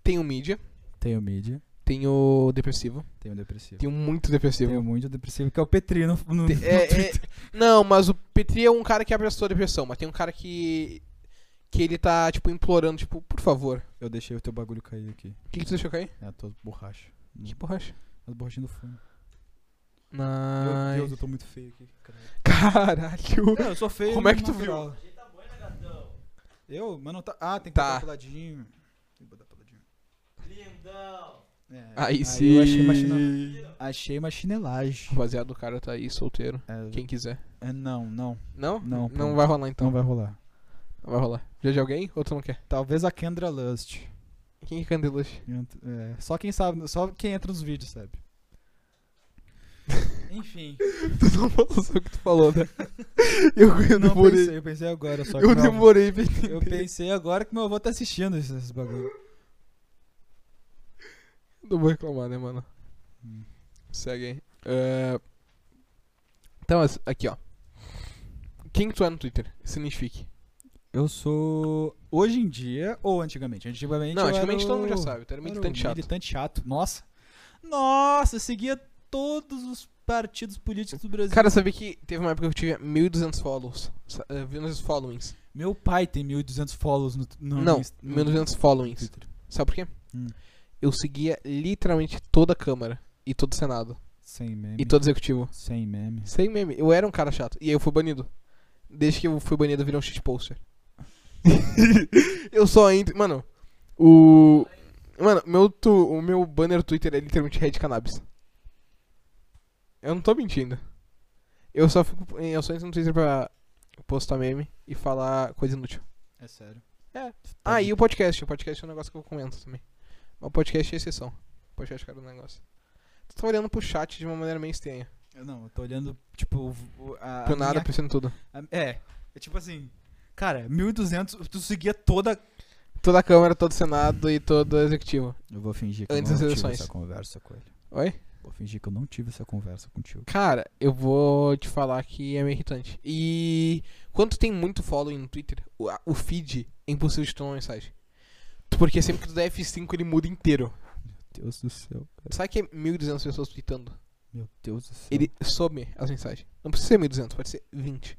C: Tem o mídia.
A: tenho mídia,
C: Tem o depressivo.
A: tenho depressivo.
C: Tem o muito depressivo.
A: Tenho muito depressivo, que é o Petri no, no-
C: Tem- é- é- Não, mas o Petri é um cara que abre a sua depressão, mas tem um cara que. que ele tá, tipo, implorando, tipo, por favor.
A: Eu deixei o teu bagulho cair aqui.
C: O que, que tu deixou cair?
A: É, tô borracha.
C: Que borracha.
A: As borrachinhas do fundo. Meu Deus,
C: Nice.
A: eu tô muito feio aqui. caralho.
C: Caralho.
A: eu sou feio.
C: Como é que tu
A: natural. Eu? Mano, tá... Ah, tem que
C: Tá.
A: botar pro ladinho. Tem que botar pro ladinho.
B: Lindão!
A: É,
C: Aí
A: Eu achei uma, china-
C: sim.
A: achei uma chinelagem.
C: Rapaziada, o cara tá aí solteiro.
A: É,
C: Quem quiser.
A: é, não, não.
C: Não?
A: Não,
C: Não
A: pronto.
C: vai rolar então.
A: Não vai rolar.
C: Não vai rolar. Já é de alguém? Ou tu não quer?
A: Talvez a Kendra Lust.
C: Quem é Candeluche?
A: Ent- é, só quem sabe, só quem entra nos vídeos sabe. Enfim.
C: Tu não falou só o que tu falou, né? Eu, eu
A: não
C: demorei.
A: pensei, eu pensei agora, só que
C: eu
A: meu avô-
C: demorei pra
A: eu
C: entender.
A: pensei agora que meu avô tá assistindo esses, esses bagulho.
C: Não vou reclamar, né, mano? Segue aí. É, Então, as- aqui, ó. Quem que tu é no Twitter? Se identifique.
A: Eu sou. Hoje em dia, ou antigamente? Antigamente.
C: Não,
A: eu
C: antigamente
A: era
C: todo mundo já
A: o-
C: sabe. Tu
A: Era
C: era militante
A: um
C: chato.
A: Militante chato. Nossa. Nossa, eu seguia todos os partidos políticos do Brasil.
C: Cara, sabia que teve uma época que eu tive 1.200 follows. Sa- eh, 1.200 followings.
A: Meu pai tem 1.200 follows no, no,
C: Não,
A: no Inst- no
C: 1.200 followings.
A: Twitter.
C: Sabe por quê?
A: Hum.
C: Eu seguia literalmente toda a Câmara e todo o Senado
A: Sem meme.
C: e todo o Executivo.
A: Sem meme.
C: Sem meme. Eu era um cara chato. E aí eu fui banido. Desde que eu fui banido, eu virei um shitposter. eu só entro. Mano, o. Mano, meu tu... o meu banner do Twitter é literalmente Red Cannabis. Eu não tô mentindo. Eu só fico. Eu só entro no Twitter pra postar meme e falar coisa inútil.
A: É sério.
C: É.
A: Tá
C: Ah, e o podcast. O podcast é um negócio que eu comento também. Mas o podcast é exceção. O podcast é o cara do negócio. Tu tá olhando pro chat de uma maneira meio estranha.
A: Eu não, eu tô olhando, tipo, o- o- a.
C: Pro
A: a
C: nada,
A: minha-
C: pensando em tudo.
A: a- é. É tipo assim. Cara, 1.200, tu seguia toda.
C: Toda a Câmara, todo o Senado e todo o Executivo.
A: Eu vou fingir que
C: Antes
A: eu
C: das
A: não tive
C: eleições.
A: essa conversa com ele.
C: Oi?
A: Vou fingir que eu não tive essa conversa contigo.
C: Cara, eu vou te falar que é meio irritante. E quando tu tem muito following no Twitter, o, a- o feed é impossível de tomar uma mensagem. Porque sempre que tu dá F5 ele muda inteiro.
A: Meu Deus do céu, cara.
C: Sabe que é 1.200 pessoas tweetando?
A: Meu Deus do céu.
C: Ele some as mensagens. Não precisa ser 1.200, pode ser 20.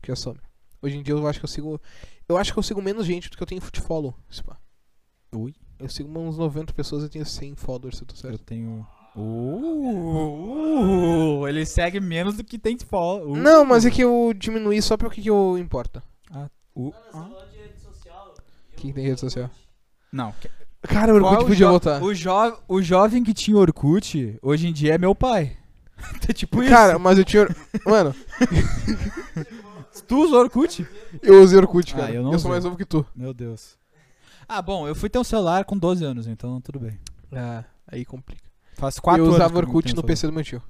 C: Que já some. Hoje em dia eu acho que eu sigo. Eu acho que eu sigo menos gente do que eu tenho foot follow. se pá.
A: Ui.
C: Eu sigo uns 90 pessoas e tenho 100 followers, se eu tô
A: Eu
C: certo.
A: tenho. um- Uh, ele segue menos do que tem follow. Uh.
C: Não, mas é que eu diminuí só pra o que, que eu importa.
A: Uh, ah.
C: Quem tem rede social.
A: Não. que-
C: Cara, o
A: Qual
C: Orkut
A: o
C: podia
A: jo-
C: voltar.
A: O, jo o jovem que tinha Orkut, hoje em dia é meu pai. é tipo isso.
C: Cara, mas eu tinha. Mano,
A: tu usa Orkut?
C: eu usei Orkut,
A: Ah,
C: cara.
A: eu não
C: sou
A: usei.
C: mais novo que tu.
A: Meu Deus. Ah, bom, eu fui ter um celular com 12 anos, então tudo bem.
C: Ah, aí complica.
A: Faz 4
C: eu
A: anos.
C: usava
A: que eu não
C: Orkut
A: tenho
C: no
A: celular.
C: PC do meu tio.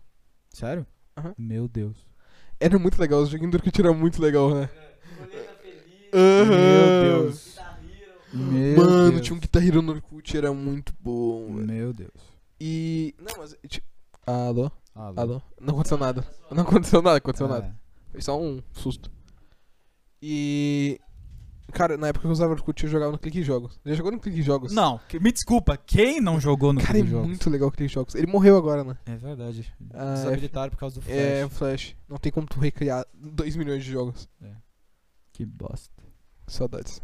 A: Sério?
C: Aham.
A: Meu Deus.
C: Era muito legal, os joguinhos do Orkut eram muito legal, né?
A: Meu
C: Aham.
A: Deus. Meu
C: Mano,
A: Deus.
C: tinha um Guitar Hero no Orkut, era muito bom. velho.
A: Meu Deus.
C: E. Não, mas. tipo, Alô?
A: Alô.
C: Alô? Não aconteceu nada. Não aconteceu nada, aconteceu
A: Ah,
C: nada. Foi só um susto. E. Cara, na época que eu usava Orkut, eu jogava no Clique Jogos. Já jogou no Clique Jogos?
A: Não, que- me desculpa, quem não jogou no
C: Cara, é
A: jogo?
C: muito legal o Clique Jogos. Ele morreu agora, né?
A: É verdade.
C: Ah,
A: Desabilitaram por causa do Flash.
C: É, Flash. Não tem como tu recriar 2 milhões de jogos.
A: Que bosta.
C: Saudades.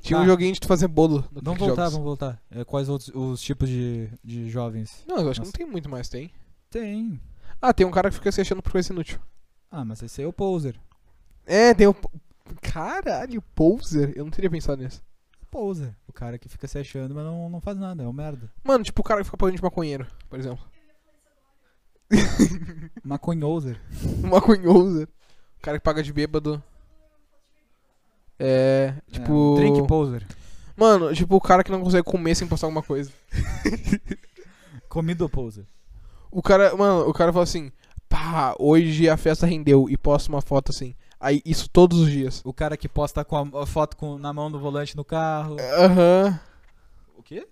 C: Tinha um
A: Tá.
C: joguinho de tu fazer bolo no
A: Vamos
C: Clique
A: voltar,
C: Jogos.
A: vamos voltar. É, quais outros os tipos de, de jovens?
C: Não, eu acho que não
A: Nossa.
C: tem muito mais, tem.
A: Tem.
C: Ah, tem um cara que fica se achando por coisa inútil.
A: Ah, mas esse aí é o poser.
C: É, tem o. Po- Caralho, poser? Eu não teria pensado nisso.
A: Poser. O cara que fica se achando, mas não, não faz nada, é um merda.
C: Mano, tipo o cara que fica posando de maconheiro, por exemplo.
A: Maconhoser.
C: Um maconhoser. O cara que paga de bêbado. É. Tipo.
A: É, drink poser.
C: Mano, tipo o cara que não consegue comer sem postar alguma coisa.
A: Comido poser.
C: O cara. Mano, o cara fala assim. Pá, hoje a festa rendeu e posta uma foto assim. Aí, isso todos os dias.
A: O cara que posta com a, a foto com, na mão do volante no carro.
C: É. Aham.
A: O quê?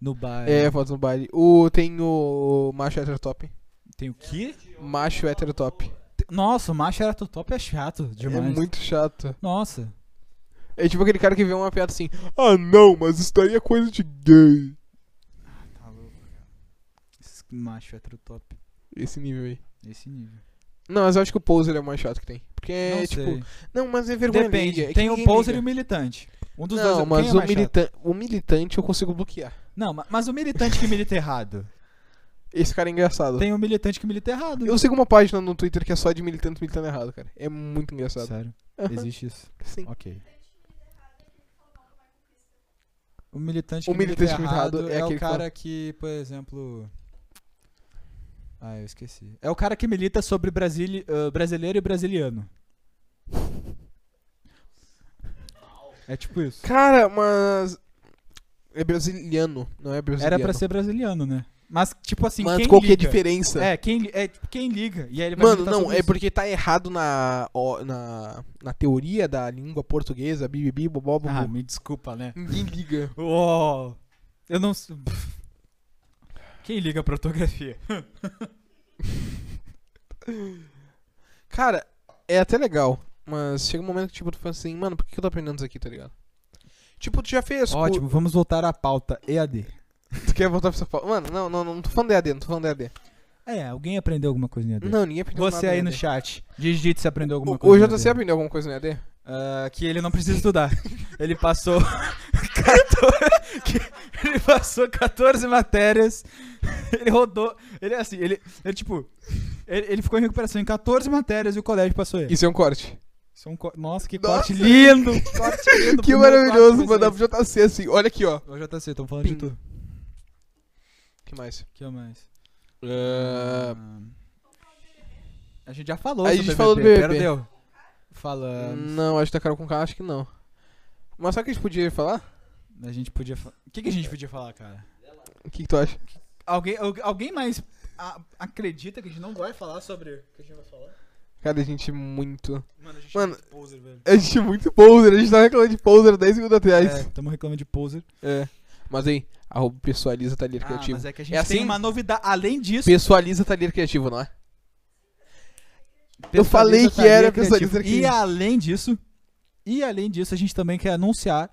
A: No bar.
C: É, fotos no baile. O, tem o macho heterotop.
A: Tem o quê?
C: Macho heterotop.
A: Te- Nossa, o macho era top é chato demais.
C: É muito chato.
A: Nossa.
C: É tipo aquele cara que vê uma piada assim. Ah, não, mas isso daí é coisa de gay.
A: Tá louco, cara. Esse macho hétero top.
C: Esse nível aí.
A: Esse nível.
C: Não, mas eu acho que o poser é o mais chato que tem. Porque é,
A: não
C: tipo.
A: sei.
C: Não, mas é vergonha
A: Depende.
C: alheia, é que
A: tem o
C: ninguém
A: poser e o
C: liga.
A: militante. Um dos
C: Não,
A: dois é-
C: mas
A: quem é
C: o,
A: mais chato?
C: militan o militante eu consigo bloquear.
A: Não, ma- mas o militante que milita errado.
C: Esse cara é engraçado.
A: Tem o militante que milita errado.
C: Eu sigo uma página no Twitter que é só de militante militando errado, cara. É muito engraçado.
A: Sério? Existe isso?
C: Sim.
A: Ok. O militante que,
C: O militante
A: milita,
C: que milita
A: errado
C: errado é
A: é,
C: aquele
A: o
C: que
A: cara
C: fala-
A: que, por exemplo... Ah, eu esqueci. É o cara que milita sobre brasile- ah, brasileiro e brasiliano. É tipo isso.
C: Cara, mas. É brasiliano, não é brasiliano.
A: Era pra ser brasiliano, né? Mas, tipo assim,
C: Mas
A: quem
C: qual que é a
A: liga?
C: diferença?
A: É, quem, li- é, tipo, quem liga. E aí ele vai
C: Mano,
A: militar
C: não,
A: sobre
C: é
A: isso.
C: porque tá errado na, ó, na, na teoria da língua portuguesa, bibibi, bobó, bobó.
A: Ah, me desculpa, né?
C: Ninguém liga.
A: Uou, eu não. s- Quem liga pra ortografia?
C: Cara, é até legal, mas chega um momento que, tipo, tu fala assim, mano, por que que eu tô aprendendo isso aqui, tá ligado? Tipo, tu já fez... o-
A: Ótimo, vamos voltar à pauta EAD.
C: Tu quer voltar pra essa pauta? Mano, não, não, não, não tô falando de AD, não tô falando de AD.
A: É, alguém aprendeu alguma coisa em EAD?
C: Não, ninguém aprendeu
A: Você aí no
C: chat.
A: chat, digite se aprendeu alguma
C: O, o
A: coisa. em
C: JC
A: EAD.
C: aprendeu alguma coisa no AD?
A: Ah, que ele não precisa estudar. ele passou 14, que ele passou 14 matérias. Ele rodou, ele é assim, ele, ele tipo, ele, ele ficou em recuperação em 14 matérias e o colégio passou ele.
C: Isso é um corte.
A: Isso é um co- Nossa, que
C: Nossa.
A: corte lindo! que corte lindo!
C: Que
A: Primeiro
C: maravilhoso
A: corte vai
C: mandar
A: ser
C: pro JC assim, olha aqui, ó.
A: esse. Ô, JC, estão falando
C: Pim.
A: de tudo.
C: que mais?
A: que mais?
C: Ah,
A: A gente já falou
C: Aí
A: do
C: a gente
A: BBB,
C: falou do BBB.
A: perdeu. Falamos.
C: não, acho que da Carol com K, acho que não. Mas sabe o que a gente podia falar?
A: A gente podia... fa- O que, que a gente podia falar, cara?
C: O que, que tu acha?
A: Alguém, al- alguém mais a- acredita que a gente não vai falar sobre o que a gente vai falar?
C: Cara, a gente é muito...
A: Mano, a gente
C: Mano,
A: é muito poser, velho.
C: A gente é muito poser, a gente tava reclamando de poser 10 segundos atrás.
A: É, tamo reclamando de poser.
C: É. Mas aí, arroba pessoaliza talher
A: Ah,
C: criativo.
A: mas é que a gente
C: É
A: tem
C: assim?
A: uma novidade. Além disso...
C: Pessoaliza talher criativo, não é? eu
A: Pessoaliza
C: falei que
A: Talher tá é
C: era
A: Criativo.
C: Pessoaliza
A: E
C: Criativo.
A: além disso... E além disso, a gente também quer anunciar...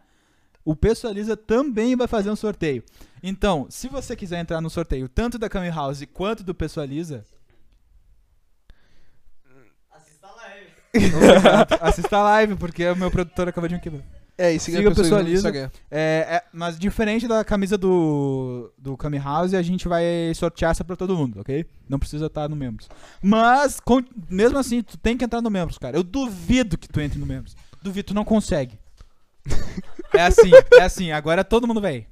A: O Pessoaliza também vai fazer um sorteio. Então, se você quiser entrar no sorteio tanto da Kami House quanto do Pessoaliza, Obrigado. Assista a live, porque o meu produtor acabou de me quebrar.
C: É, e siga,
A: Siga
C: a
A: Pessoaliza.
C: pessoaliza. no Instagram.
A: É, é, mas diferente da camisa do, do Kami House, a gente vai sortear essa pra todo mundo, ok? Não precisa estar no membros. Mas, con- mesmo assim, tu tem que entrar no membros, cara. Eu duvido que tu entre no membros. Duvido, tu não consegue. é assim, é assim. Agora todo mundo vai.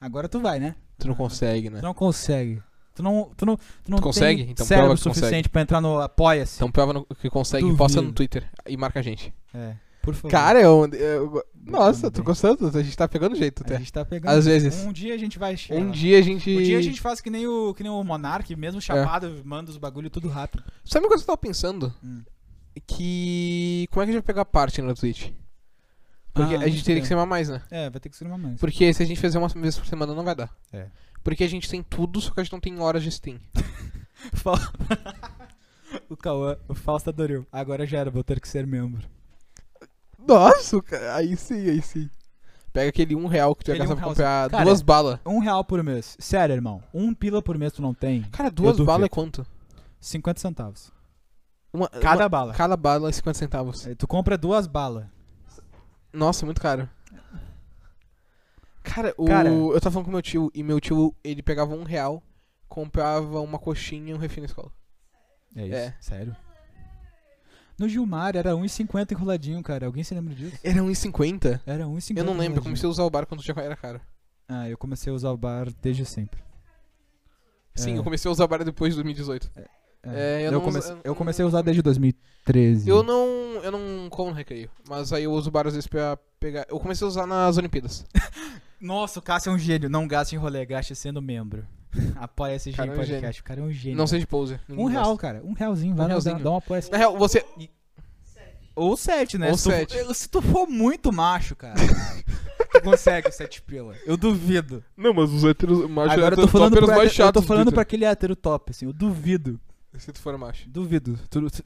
A: Agora tu vai, né?
C: Tu não consegue, né?
A: Tu não consegue. Tu não, tu não, tu não tem
C: consegue? Então
A: cérebro
C: prova que consegue.
A: suficiente pra entrar no Apoia-se.
C: Então prova no- que consegue,
A: Duvido.
C: posta no Twitter e marca a gente.
A: é, por favor.
C: Cara, eu, eu- eu- Nossa, tô
A: bem.
C: gostando, a gente tá pegando jeito
A: a
C: até.
A: gente tá pegando.
C: Às vezes.
A: Um dia a gente vai chegar.
C: Um
A: lá.
C: dia a gente.
A: Um dia a gente faz que nem o, que nem o Monark, mesmo chapado, manda os bagulho tudo rápido.
C: Sabe uma coisa que eu tava pensando?
A: Hum.
C: Que. Como é que a gente vai pegar parte na Twitch? Porque
A: Ah,
C: a gente
A: muito
C: teria
A: bem.
C: que semar mais, né?
A: É, vai ter que ser uma mais.
C: Porque se a gente fizer uma vez por semana não vai dar.
A: É.
C: Porque a gente tem tudo, só que a gente não tem horas de Steam.
A: Fal- o Cauã, o Fausto adorou. Agora já era, vou ter que ser membro.
C: Nossa, cara, aí sim, aí sim. Pega aquele um real que tu ia
A: Aquele
C: gastar
A: um
C: pra
A: real,
C: comprar
A: cara.
C: duas balas.
A: Um real por mês. Sério, irmão. Um pila por mês tu não tem.
C: Cara, duas
A: duvido.
C: balas é quanto?
A: 50 centavos.
C: Uma-
A: Cada
C: uma-
A: bala.
C: Cada bala é 50 centavos.
A: É, Tu compra duas balas.
C: Nossa, é muito caro. Cara, o...
A: Cara.
C: eu tava falando com meu tio, e meu tio, ele pegava um real, comprava uma coxinha e um refém na escola.
A: É isso.
C: É.
A: Sério. No Gilmar era 1,50 enroladinho, cara. Alguém se lembra disso?
C: Era 1,50?
A: Era 1,50.
C: Eu não lembro, eu
A: enroladinho.
C: comecei a usar o bar quando já era caro.
A: Ah, eu comecei a usar o bar desde sempre.
C: Sim,
A: É.
C: eu comecei a usar o bar depois de 2018. É, eu
A: eu,
C: não uso-
A: comecei,
C: eu
A: eu
C: não-
A: comecei a usar desde 2013.
C: Eu não. Eu não como no recreio, mas aí eu uso o bar às vezes pra pegar. Eu comecei a usar nas Olimpíadas.
A: Nossa, o Cássio é um gênio. Não gaste em rolê, gaste sendo membro. Apoia esse
C: Cara,
A: gênio
C: é um
A: podcast. O cara é um gênio.
C: Não
A: cara.
C: seja poser. ninguém
A: Um real,
C: gosta.
A: cara. Um realzinho. Vai
C: Um
A: lá, dá-
C: realzinho.
A: dá um apoia.
C: Na real, você.
A: Ou sete, né?
C: Ou
A: se, tu,
C: sete.
A: eu- se tu for muito macho, cara, tu consegue sete pila. Eu duvido.
C: Não, mas os héteros.
A: Agora eu tô falando, pro hétero- eu tô falando pra aquele hétero top, assim. Eu duvido.
C: Se tu for macho.
A: Duvido. Tu- se,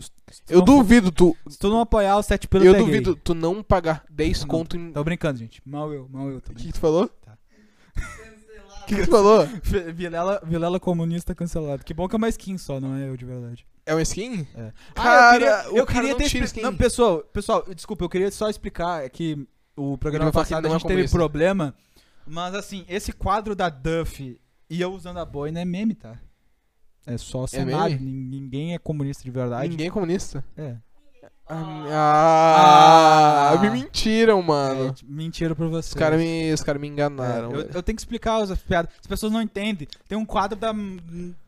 C: Eu
A: duvido.
C: duvido tu.
A: Se tu não apoiar o sete pila,
C: Eu
A: tu é gay.
C: duvido tu não pagar 10
A: Não,
C: conto em.
A: Tô brincando, gente. Mal eu, mal eu. Tô
C: O
A: brincando.
C: que, que tu falou?
A: Tá.
C: O que, que tu falou?
A: Vilela, Vilela comunista cancelado. Que bom que é uma skin só, não é eu de verdade.
C: É um skin?
A: É.
C: Cara,
A: ah, eu
C: o
A: queria, eu
C: cara
A: queria
C: não
A: ter
C: tira
A: expli-
C: skin.
A: Não, pessoal, pessoal, desculpa, eu queria só explicar que o programa
C: Ele vai falar que
A: passado
C: ele
A: a
C: não é
A: gente teve
C: comunista.
A: problema, mas assim, esse quadro da Duff e eu usando a boina é meme, tá? É só cenário,
C: meme?
A: nin- ninguém é comunista de verdade.
C: Ninguém é comunista.
A: É.
C: Ah,
A: Ah.
C: me mentiram, mano.
A: É, t- mentira pra vocês.
C: Os caras me, os cara me
A: É,
C: enganaram.
A: eu,
C: velho.
A: eu tenho que explicar as piadas. As pessoas não entendem. Tem um quadro da,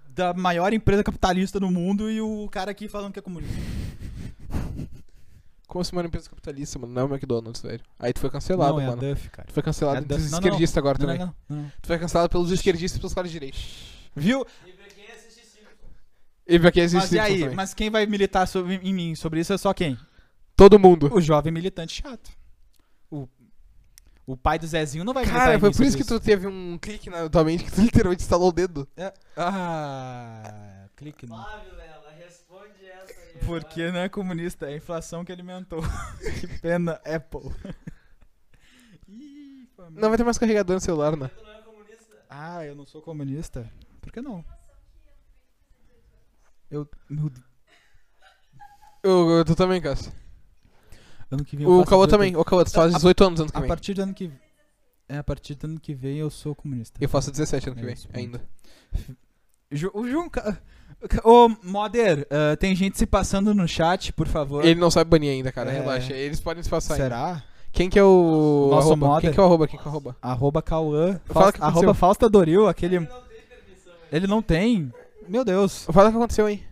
A: da maior empresa capitalista do mundo e o cara aqui falando que é comunista.
C: Como se uma empresa capitalista, mano. Não é o McDonald's, velho. Aí tu foi cancelado,
A: não, é
C: mano.
A: a Duff, cara.
C: Tu foi cancelado
A: É
C: pelos
A: da- não, não,
C: esquerdistas agora
A: Não,
C: também.
A: não, não, não.
C: Tu foi cancelado pelos esquerdistas e pelos caras de direita.
A: Viu?
C: E pra quem assiste
A: Mas e aí?
C: Simpsons também.
A: Mas quem vai militar sobre- em mim sobre isso é só quem?
C: Todo mundo.
A: O jovem militante chato. O, o pai do Zezinho não vai militar
C: Cara,
A: em
C: foi
A: mim
C: por isso
A: sobre
C: que tu teve um clique na tua mente que tu literalmente estalou o dedo.
A: É. Ah, clique não.
B: Flávio, ela responde essa aí.
A: Porque não é comunista, é a inflação que alimentou. que pena, Apple. Ih, família.
C: Não vai ter mais carregador no celular, né?
A: Ah, eu não sou comunista? Por que não? Eu. Meu Deus.
C: Eu, eu- tu também, Cássio.
A: Ano que vem eu
C: O
A: faço
C: Cauã
A: 18
C: também. O Cauã, tu faz 18 anos ano que
A: A
C: vem.
A: partir do ano que. É, a partir do ano que vem eu sou comunista.
C: Eu faço 17 ano que
A: É
C: vem,
A: isso, ponto.
C: ainda.
A: Ju- O João. Ca- Ô, Moder, ah, tem gente se passando no chat, por favor.
C: Ele não sabe banir ainda, cara.
A: É.
C: Relaxa. Eles podem se passar ainda.
A: Será?
C: Quem que é o.
A: Nosso
C: arroba?
A: modder?
C: Quem que é o arroba? Quem que é o arroba?
A: Arroba Cauã.
C: Fala o que
A: Faust- arroba
C: aconteceu.
A: Fausta Doril, aquele. Ele não tem. Meu Deus.
C: Fala o que aconteceu aí.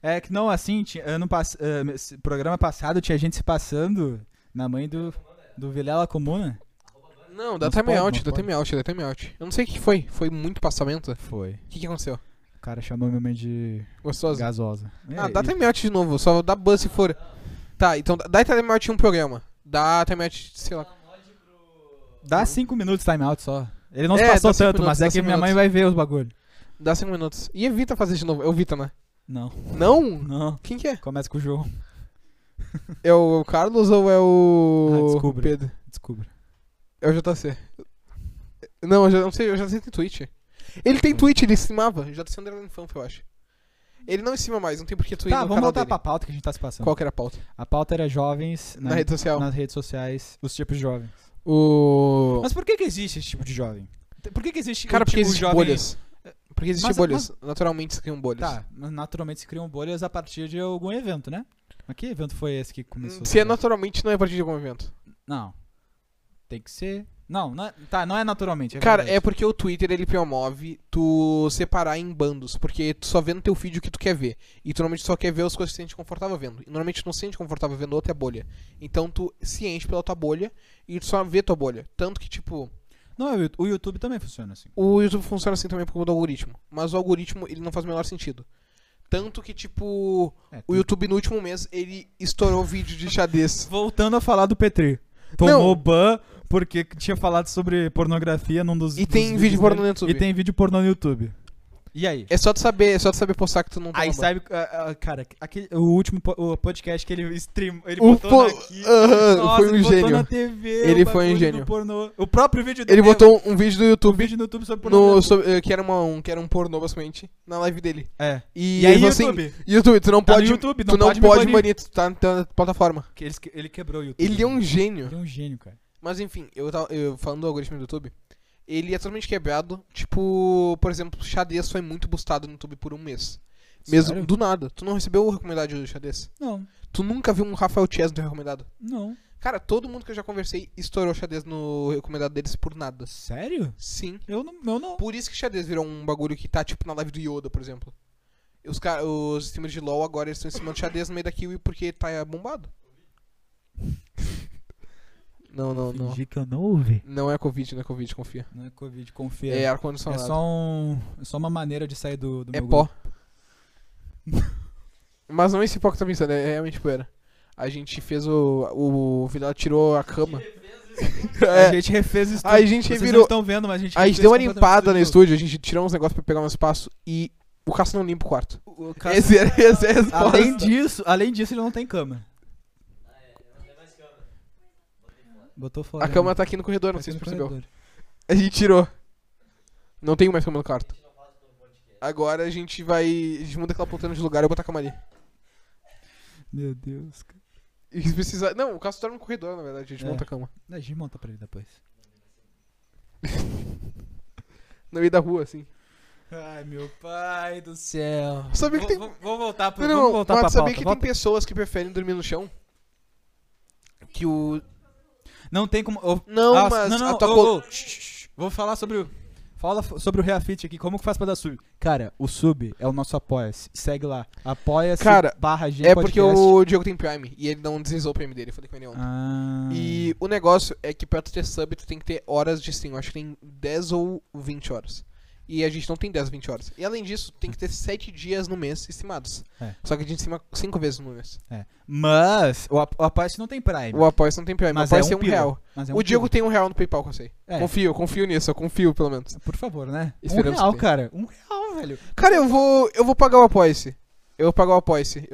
A: É que não, assim, ti- ano pass... ah, esse programa passado tinha gente se passando na mãe do, do Vilela Comuna.
C: Não, dá
A: Não
C: time
A: pode,
C: out,
A: não
C: dá
A: pode.
C: time out, dá time out. Eu não sei o que foi. Foi muito passamento?
A: Foi.
C: O que, que aconteceu?
A: O cara chamou minha mãe de
C: Gostosa?
A: gasosa.
C: Ah,
A: É,
C: dá
A: e-
C: time out de novo, só dá buzz se for. Tá, então dá- dá time out em um programa. Dá time out, sei lá.
A: Dá cinco minutos timeout só. Ele não
C: É,
A: se passou
C: dá cinco
A: tanto, mas
C: minutos, dá
A: é que
C: cinco
A: minha mãe
C: minutos.
A: vai ver os bagulho.
C: Dá 5 minutos. E evita fazer de novo. É o Vita, né?
A: Não,
C: Não?
A: não.
C: Quem que é?
A: Começa com o João.
C: É o Carlos ou é o.
A: Ah, descubra.
C: Pedro?
A: Descubra.
C: É o JC. Não, eu já não sei, eu já sei tem Twitch. Ele tem Twitch, ele streamava. é JC Underline Fanf, um eu acho. Ele não streama mais, não tem por que tu ir
A: Tá,
C: no
A: vamos
C: canal
A: voltar
C: dele.
A: pra pauta que a gente tá se passando.
C: Qual que era a pauta?
A: A pauta era jovens
C: Na,
A: na-
C: rede social.
A: nas redes sociais, os tipos de jovens.
C: O.
A: Mas por que, que existe esse tipo de jovem? Por que, que existe
C: Cara,
A: o tipo
C: porque existem
A: jovem...
C: bolhas. Porque existem
A: Mas- é
C: bolhas. Naturalmente se criam bolhas.
A: Tá, mas naturalmente se criam bolhas a partir de algum evento, né? Mas que evento foi esse que começou?
C: Se é naturalmente, não é a partir de algum evento.
A: Não. Tem que ser. Não, não é... tá, não é naturalmente. É
C: Cara, é
A: verdade.
C: porque o Twitter ele promove tu separar em bandos, porque tu só vê no teu feed o que tu quer ver. E tu normalmente só quer ver as coisas que tu se sente confortável vendo. E normalmente tu não se sente confortável vendo outra bolha. Então tu se enche pela tua bolha e tu só vê tua bolha. Tanto que, tipo,
A: Não, o Yu- o YouTube também funciona assim.
C: o YouTube funciona assim também por conta do algoritmo. Mas o algoritmo ele não faz o menor sentido. Tanto que, tipo,
A: É,
C: o YouTube no último mês ele estourou um vídeo de xadrez.
A: Voltando a falar do Petri. Tomou ban porque tinha falado sobre pornografia num dos
C: E
A: dos
C: tem
A: vídeos
C: vídeo pornô no
A: dele.
C: YouTube.
A: E tem vídeo pornô no YouTube. E aí?
C: É só tu saber, é só tu saber postar que tu não
A: Aí
C: toma
A: sabe, ah, ah, cara, aquele, o último po- o podcast que ele stream, ele
C: O
A: botou
C: po-
A: aqui.
C: Aham, foi um
A: ele botou
C: gênio.
A: na TV,
C: Ele
A: o
C: foi um
A: bagulho do
C: gênio.
A: pornô. O próprio vídeo dele. é
C: Ele botou um vídeo do
A: um
C: YouTube.
A: vídeo no YouTube sobre pornô.
C: no, sobre- eh, que, era uma, um, que era um pornô, basicamente, na live dele.
A: É.
C: E,
A: E aí,
C: ele falou
A: YouTube?
C: Assim, YouTube, tu não
A: Tá no
C: pode.
A: YouTube,
C: tu
A: não pode
C: não pode,
A: me banir."
C: banir, tu tá na tua plataforma.
A: Que Ele, ele quebrou o YouTube.
C: Ele é um gênio.
A: Ele é um gênio, cara.
C: Mas enfim, eu tava eu, falando do algoritmo do YouTube. Ele é totalmente quebrado. Tipo, por exemplo, xadrez foi muito boostado no YouTube por um mês. Mesmo
A: Sério?
C: do nada. Tu não recebeu o recomendado do xadrez?
A: Não,
C: Tu nunca viu um Rafael Chess no teu recomendado?
A: não.
C: Cara, todo mundo que eu já conversei estourou xadrez no recomendado deles por nada.
A: Sério?
C: Sim.
A: Eu não, eu não.
C: Por isso que xadrez virou um bagulho que tá tipo na live do Yoda, por exemplo. Os, ca- os streamers de LoL agora eles estão em cima de xadrez no meio da Kiwi porque tá bombado. Não, não, não.
A: Fingi que eu não ouvi.
C: Não é Covid, não é Covid, confia.
A: Não é Covid, confia.
C: É
A: É
C: ar-condicionado. É,
A: só um. É só uma maneira de sair do, do meu
C: pó.
A: grupo.
C: Mas não é esse pó que tá pensando, é realmente poeira. A gente fez o. O Vidal tirou a cama.
A: A
C: é.
A: gente refez isso.
C: A gente
A: Vocês
C: virou.
A: não estão vendo, mas a gente
C: A gente
A: refez
C: deu uma
A: completamente
C: limpada no
A: tudo.
C: estúdio, a gente tirou uns negócios pra pegar um espaço e o Cássio não limpa o quarto.
A: O- o cara-
C: Esse, era- essa é a resposta.
A: Além disso, além disso, ele não tem cama. Botou fora.
C: A
A: né?
C: cama tá aqui no corredor,
A: Tá
C: não sei se
A: aqui no
C: percebeu.
A: corredor.
C: A gente tirou. Não tem mais cama no quarto. Agora a gente vai. A gente muda aquela poltrona de lugar e eu botar a cama ali.
A: Meu Deus, cara.
C: E se precisar. Não, o Cássio dorme no corredor, na verdade. A gente
A: É.
C: monta a cama.
A: A gente monta pra ele depois.
C: No meio da rua, assim.
A: Ai, meu pai do céu.
C: Sabe que tem-
A: Vou, vou voltar pro.
C: Não, não,
A: vamos voltar pra
C: mas sabia
A: pauta.
C: que
A: volta-
C: tem pessoas que preferem dormir no chão? Que o.
A: Não tem como. ô,
C: Não,
A: ah,
C: mas
A: Não, não,
C: a tua
A: ô,
C: col-
A: ô, shh, shh, shh. Vou falar sobre o. Fala f- sobre o Reafit aqui, como que faz pra dar sub? Cara, o sub é o nosso apoia-se. Segue lá. Apoia-se
C: Cara,
A: barra G
C: É porque
A: podcast.
C: o Diogo tem Prime e ele não deslizou o Prime dele. Eu falei com ele ontem.
A: Ah,
C: E o negócio é que pra tu ter sub, tu tem que ter horas de stream. Eu acho que tem 10 ou 20 horas. E a gente não tem 10, 20 horas. E além disso, tem que ter 7 dias no mês estimados.
A: É.
C: Só que a gente estima 5 vezes no mês.
A: É. Mas o, Ap- o Apoia-se não tem Prime.
C: O apoio não tem pior,
A: Mas
C: mas o apoio
A: é um
C: tem um
A: pila.
C: real.
A: Mas é um
C: o Diego
A: pila.
C: tem um real no PayPal que eu sei.
A: É.
C: Confio, eu confio nisso, eu confio pelo menos.
A: Por favor, né? Um
C: Esperamos
A: real,
C: que tenha.
A: cara. Um real, velho.
C: Cara, eu vou, eu vou pagar o apoia Eu vou pagar o apoia